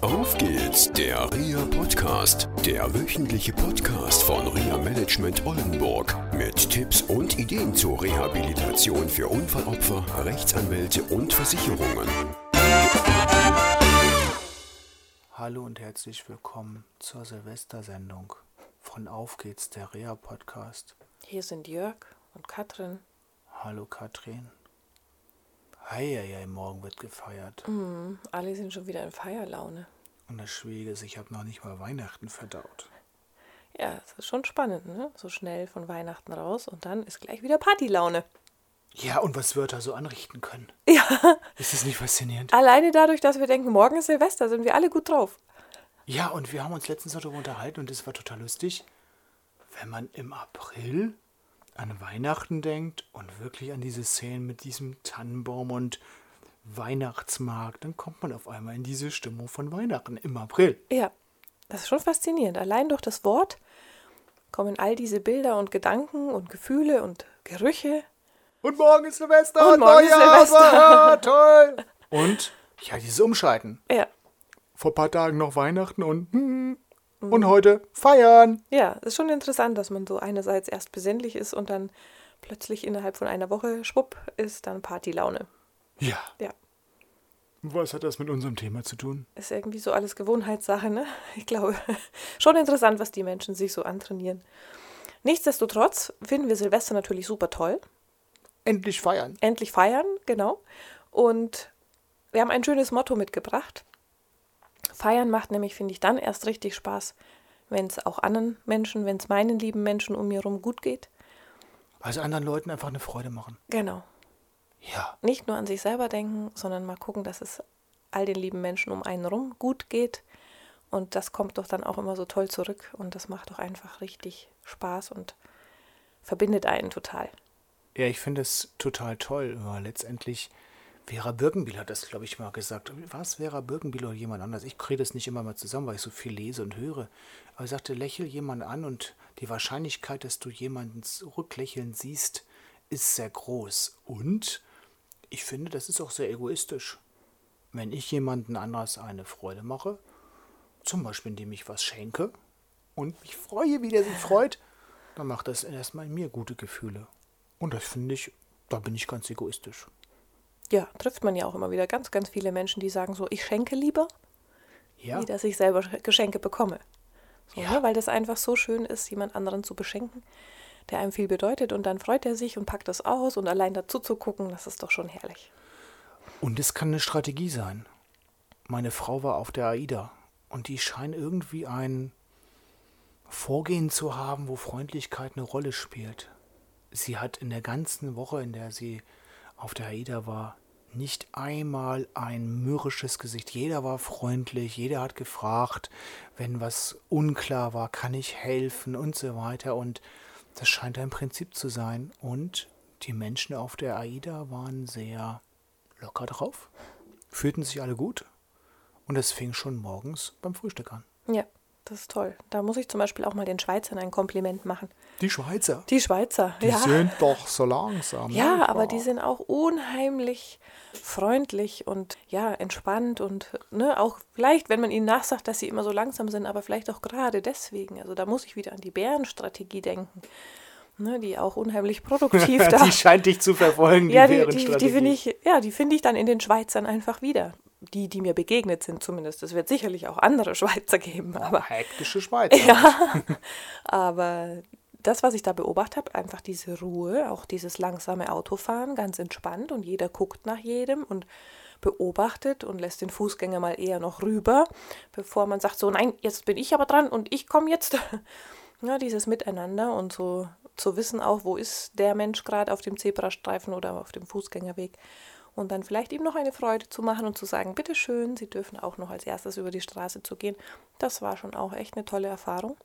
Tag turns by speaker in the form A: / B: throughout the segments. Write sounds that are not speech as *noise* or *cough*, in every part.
A: Auf geht's, der RIA Podcast, der wöchentliche Podcast von RIA Management Oldenburg mit Tipps und Ideen zur Rehabilitation für Unfallopfer, Rechtsanwälte und Versicherungen.
B: Hallo und herzlich willkommen zur Silvestersendung von Auf geht's, der REA Podcast.
C: Hier sind Jörg und Katrin.
B: Hallo Katrin. Heieiei, morgen wird gefeiert.
C: Mm, alle sind schon wieder in Feierlaune.
B: Und das Schwierige ist, ich habe noch nicht mal Weihnachten verdaut.
C: Ja, es ist schon spannend, ne? So schnell von Weihnachten raus und dann ist gleich wieder Partylaune. *laughs*
B: Ja, und was Wörter so anrichten können.
C: Ja,
B: Ist das nicht faszinierend?
C: alleine dadurch, dass wir denken, morgen ist Silvester, sind wir alle gut drauf.
B: Ja, und wir haben uns letztens darüber unterhalten und es war total lustig, wenn man im April an Weihnachten denkt und wirklich an diese Szenen mit diesem Tannenbaum und Weihnachtsmarkt, dann kommt man auf einmal in diese Stimmung von Weihnachten im April.
C: Ja, das ist schon faszinierend. Allein durch das Wort kommen all diese Bilder und Gedanken und Gefühle und Gerüche.
B: Und morgen ist Silvester
C: Und morgen ist Silvester.
B: Wah, toll. Und ja, dieses Umschalten.
C: Ja,
B: Vor ein paar Tagen noch Weihnachten und hm, und heute feiern.
C: ja, es ist schon interessant, dass man so einerseits erst besinnlich ist und dann plötzlich innerhalb von einer Woche, schwupp, ist dann Partylaune.
B: Ja,
C: Ja.
B: was hat das mit unserem Thema zu tun?
C: Ist irgendwie so alles Gewohnheitssache, ne? *laughs* Ich glaube, schon interessant, was die Menschen sich so antrainieren. Nichtsdestotrotz finden wir Silvester natürlich super toll.
B: Endlich feiern.
C: Endlich feiern, genau. Und wir haben ein schönes Motto mitgebracht. Feiern macht nämlich, finde ich, dann erst richtig Spaß, wenn es auch anderen Menschen, wenn es meinen lieben Menschen um mir herum gut geht.
B: Also anderen Leuten einfach eine Freude machen.
C: Genau.
B: Ja.
C: Nicht nur an sich selber denken, sondern mal gucken, dass es all den lieben Menschen um einen rum gut geht. Und das kommt doch dann auch immer so toll zurück. Und das macht doch einfach richtig Spaß und verbindet einen total.
B: Ja, ich finde es total toll, weil letztendlich Vera Birkenbiel hat das, glaube ich, mal gesagt. Was Vera Birkenbiel oder jemand anders? Ich kriege das nicht immer mal zusammen, weil ich so viel lese und höre. Aber sie sagte, lächel jemand an und die Wahrscheinlichkeit, dass du jemanden zurücklächeln siehst, ist sehr groß. Und ich finde, das ist auch sehr egoistisch. Wenn ich jemanden anders eine Freude mache, zum Beispiel indem ich was schenke und mich freue, wie der sich freut, dann macht das erstmal in mir gute Gefühle. Und das finde ich, da bin ich ganz egoistisch.
C: Ja, trifft man ja auch immer wieder ganz, ganz viele Menschen, die sagen so, ich schenke lieber,
B: Ja,
C: wie dass ich selber Sch- Geschenke bekomme. So,
B: Ja.
C: ne? Weil das einfach so schön ist, jemand anderen zu beschenken, der einem viel bedeutet. Und dann freut er sich und packt das aus. Und allein dazu zu gucken, das ist doch schon herrlich.
B: und es kann eine Strategie sein. Meine Frau war auf der AIDA und die scheint irgendwie ein Vorgehen zu haben, wo Freundlichkeit eine Rolle spielt. Sie hat in der ganzen Woche, in der sie auf der AIDA war, nicht einmal ein mürrisches Gesicht. Jeder war freundlich, jeder hat gefragt, wenn was unklar war, kann ich helfen und so weiter. Und das scheint ein Prinzip zu sein. Und die Menschen auf der AIDA waren sehr locker drauf, fühlten sich alle gut. Und das fing schon morgens beim Frühstück an.
C: Ja, das ist toll. Da muss ich zum Beispiel auch mal den Schweizern ein Kompliment machen.
B: Die Schweizer.
C: Die Schweizer,
B: Die
C: ja.
B: sind doch so langsam.
C: ja,
B: nicht
C: aber
B: wahr? *laughs*
C: die sind auch unheimlich freundlich und ja, entspannt und ne, auch vielleicht, wenn man ihnen nachsagt, dass sie immer so langsam sind, aber vielleicht auch gerade deswegen. Also da muss ich wieder an die Bärenstrategie denken, ne, die auch unheimlich
B: *laughs*
C: produktiv da.
B: die scheint dich zu verfolgen, die
C: ja, die, die,
B: Bärenstrategie.
C: die finde ich, ja, die finde ich dann in den Schweizern einfach wieder. Die, die mir begegnet sind zumindest. Es wird sicherlich auch andere Schweizer geben, aber
B: Hektische Schweizer.
C: *laughs* Ja, aber das, was ich da beobachtet habe, einfach diese Ruhe, auch dieses langsame Autofahren, ganz entspannt und jeder guckt nach jedem und beobachtet und lässt den Fußgänger mal eher noch rüber, bevor man sagt, so nein, jetzt bin ich aber dran und ich komme jetzt. *laughs* Ja, dieses Miteinander und so zu wissen auch, wo ist der Mensch gerade auf dem Zebrastreifen oder auf dem Fußgängerweg. Und dann vielleicht ihm noch eine Freude zu machen und zu sagen, bitteschön, Sie dürfen auch noch als erstes über die Straße zu gehen. Das war schon auch echt eine tolle Erfahrung.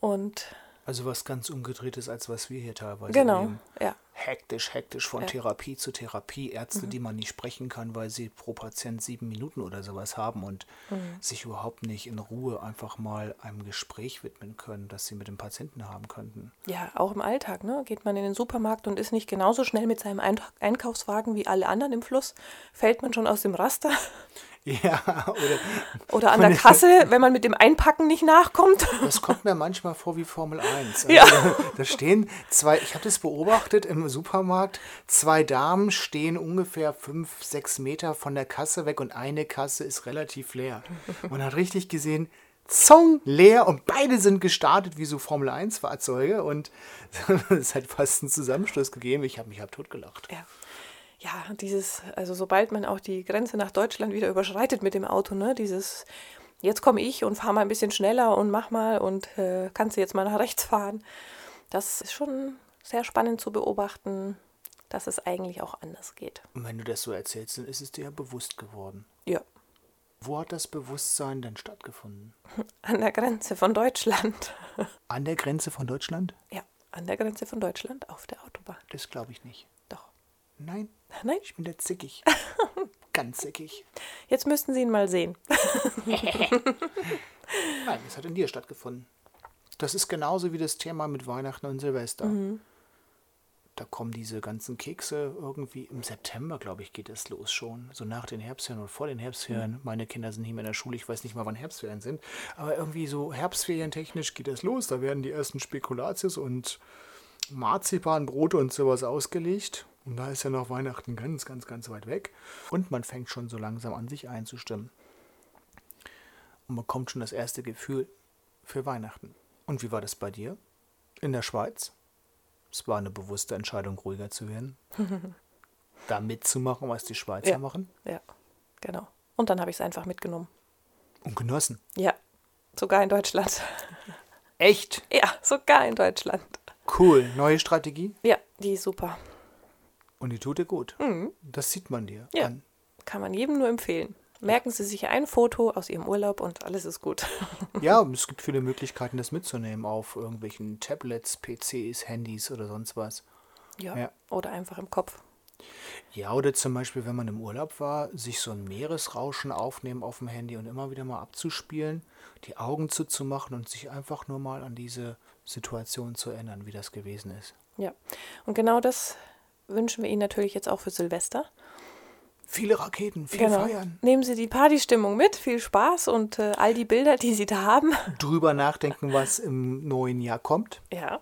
C: Und
B: Also was ganz umgedrehtes, als was wir hier teilweise
C: genau,
B: nehmen.
C: ja.
B: Hektisch, hektisch von Therapie zu Therapie. Ärzte,
C: Mhm.
B: die man nicht sprechen kann, weil sie pro Patient sieben Minuten oder sowas haben und
C: Mhm.
B: sich überhaupt nicht in Ruhe einfach mal einem Gespräch widmen können, das sie mit dem Patienten haben könnten. *laughs*
C: Ja, auch im Alltag, ne? Geht man in den Supermarkt und ist nicht genauso schnell mit seinem Ein Einkaufswagen wie alle anderen im Fluss, fällt man schon aus dem Raster. *laughs*
B: Ja, oder
C: Oder an
B: Von
C: der
B: der-
C: Kasse, wenn man mit dem Einpacken nicht nachkommt. *laughs*
B: Das kommt mir manchmal vor wie Formel 1. Also,
C: Ja.
B: *laughs* Da stehen zwei, ich habe das beobachtet im Supermarkt, zwei Damen stehen ungefähr fünf, sechs Meter von der Kasse weg und eine Kasse ist relativ leer. Man hat richtig gesehen, Zong leer und beide sind gestartet wie so Formel 1 Fahrzeuge und *laughs* es hat fast einen Zusammenschluss gegeben. Ich habe mich halb tot gelacht.
C: Ja. ja, dieses, also sobald man auch die Grenze nach Deutschland wieder überschreitet mit dem Auto, ne, dieses, jetzt komme ich und fahre mal ein bisschen schneller und mach mal und äh, kannst du jetzt mal nach rechts fahren. Das ist schon sehr spannend zu beobachten, dass es eigentlich auch anders geht.
B: Und wenn du das so erzählst, dann ist es dir ja bewusst geworden.
C: Ja,
B: Wo hat das Bewusstsein denn stattgefunden?
C: an der Grenze von Deutschland. *laughs*
B: An der Grenze von Deutschland?
C: Ja, an der Grenze von Deutschland auf der Autobahn.
B: Das glaube ich nicht.
C: Doch.
B: Nein,
C: Nein,
B: ich bin da zickig. Ganz zickig.
C: jetzt müssten Sie ihn mal sehen. *laughs*
B: Nein, es hat in dir stattgefunden. Das ist genauso wie das Thema mit Weihnachten und Silvester. Da kommen diese ganzen Kekse irgendwie im September, glaube ich, geht es los schon. So nach den Herbstferien und vor den Herbstferien. Meine Kinder sind nicht mehr in der Schule, ich weiß nicht mal, wann Herbstferien sind. Aber irgendwie so Herbstferien technisch geht es los. Da werden die ersten Spekulatius und Marzipanbrote und sowas ausgelegt. Und da ist ja noch Weihnachten ganz, ganz, ganz weit weg. Und man fängt schon so langsam an, sich einzustimmen und bekommt schon das erste Gefühl für Weihnachten. Und wie war das bei dir? In der Schweiz? Es war eine bewusste Entscheidung, ruhiger zu
C: *laughs*
B: werden. da mitzumachen, was die Schweizer
C: Ja.
B: machen.
C: Ja, genau. Und dann habe ich es einfach mitgenommen.
B: Und genossen.
C: Ja, sogar in Deutschland. *laughs*
B: Echt
C: Ja, sogar in Deutschland.
B: cool. Neue Strategie.
C: Ja, die ist super.
B: Und die tut dir gut. Das sieht man dir
C: Mhm. Ja,
B: an.
C: kann man jedem nur empfehlen. Merken Sie sich ein Foto aus Ihrem Urlaub und alles ist gut. *laughs*
B: Ja, es gibt viele Möglichkeiten, das mitzunehmen auf irgendwelchen Tablets, PCs, Handys oder sonst was.
C: Ja.
B: Ja.
C: Oder einfach im Kopf.
B: Ja, oder zum Beispiel, wenn man im Urlaub war, sich so ein Meeresrauschen aufnehmen auf dem Handy und immer wieder mal abzuspielen, die Augen zuzumachen und sich einfach nur mal an diese Situation zu erinnern, wie das gewesen ist.
C: Ja. Und genau das wünschen wir Ihnen natürlich jetzt auch für Silvester.
B: Viele Raketen, viel Feiern.
C: Genau. Nehmen Sie die Partystimmung mit, viel Spaß und äh, all die Bilder, die Sie da haben.
B: Drüber nachdenken, was im neuen Jahr kommt.
C: *laughs* Ja.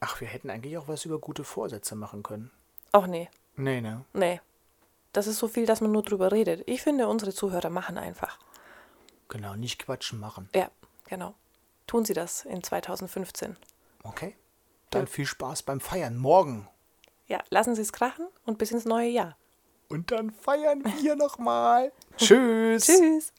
B: Ach, wir hätten eigentlich auch was über gute Vorsätze machen können.
C: Auch nee.
B: Nee, ne?
C: Nee. Das ist so viel, dass man nur drüber redet. Ich finde, unsere Zuhörer machen einfach.
B: Genau, nicht quatschen machen.
C: Ja, genau. Tun Sie das in 2015.
B: Okay? Dann viel Spaß beim Feiern morgen.
C: Ja, lassen Sie es krachen und bis ins neue Jahr.
B: Und dann feiern wir nochmal. *laughs* Tschüss.
C: Tschüss.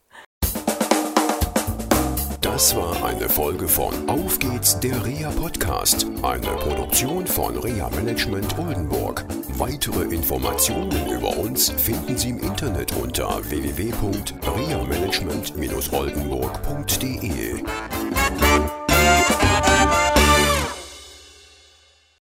A: Das war eine Folge von Auf geht's, der REA Podcast, eine Produktion von REA Management Oldenburg. Weitere Informationen über uns finden Sie im Internet unter www.reamanagement-oldenburg.de.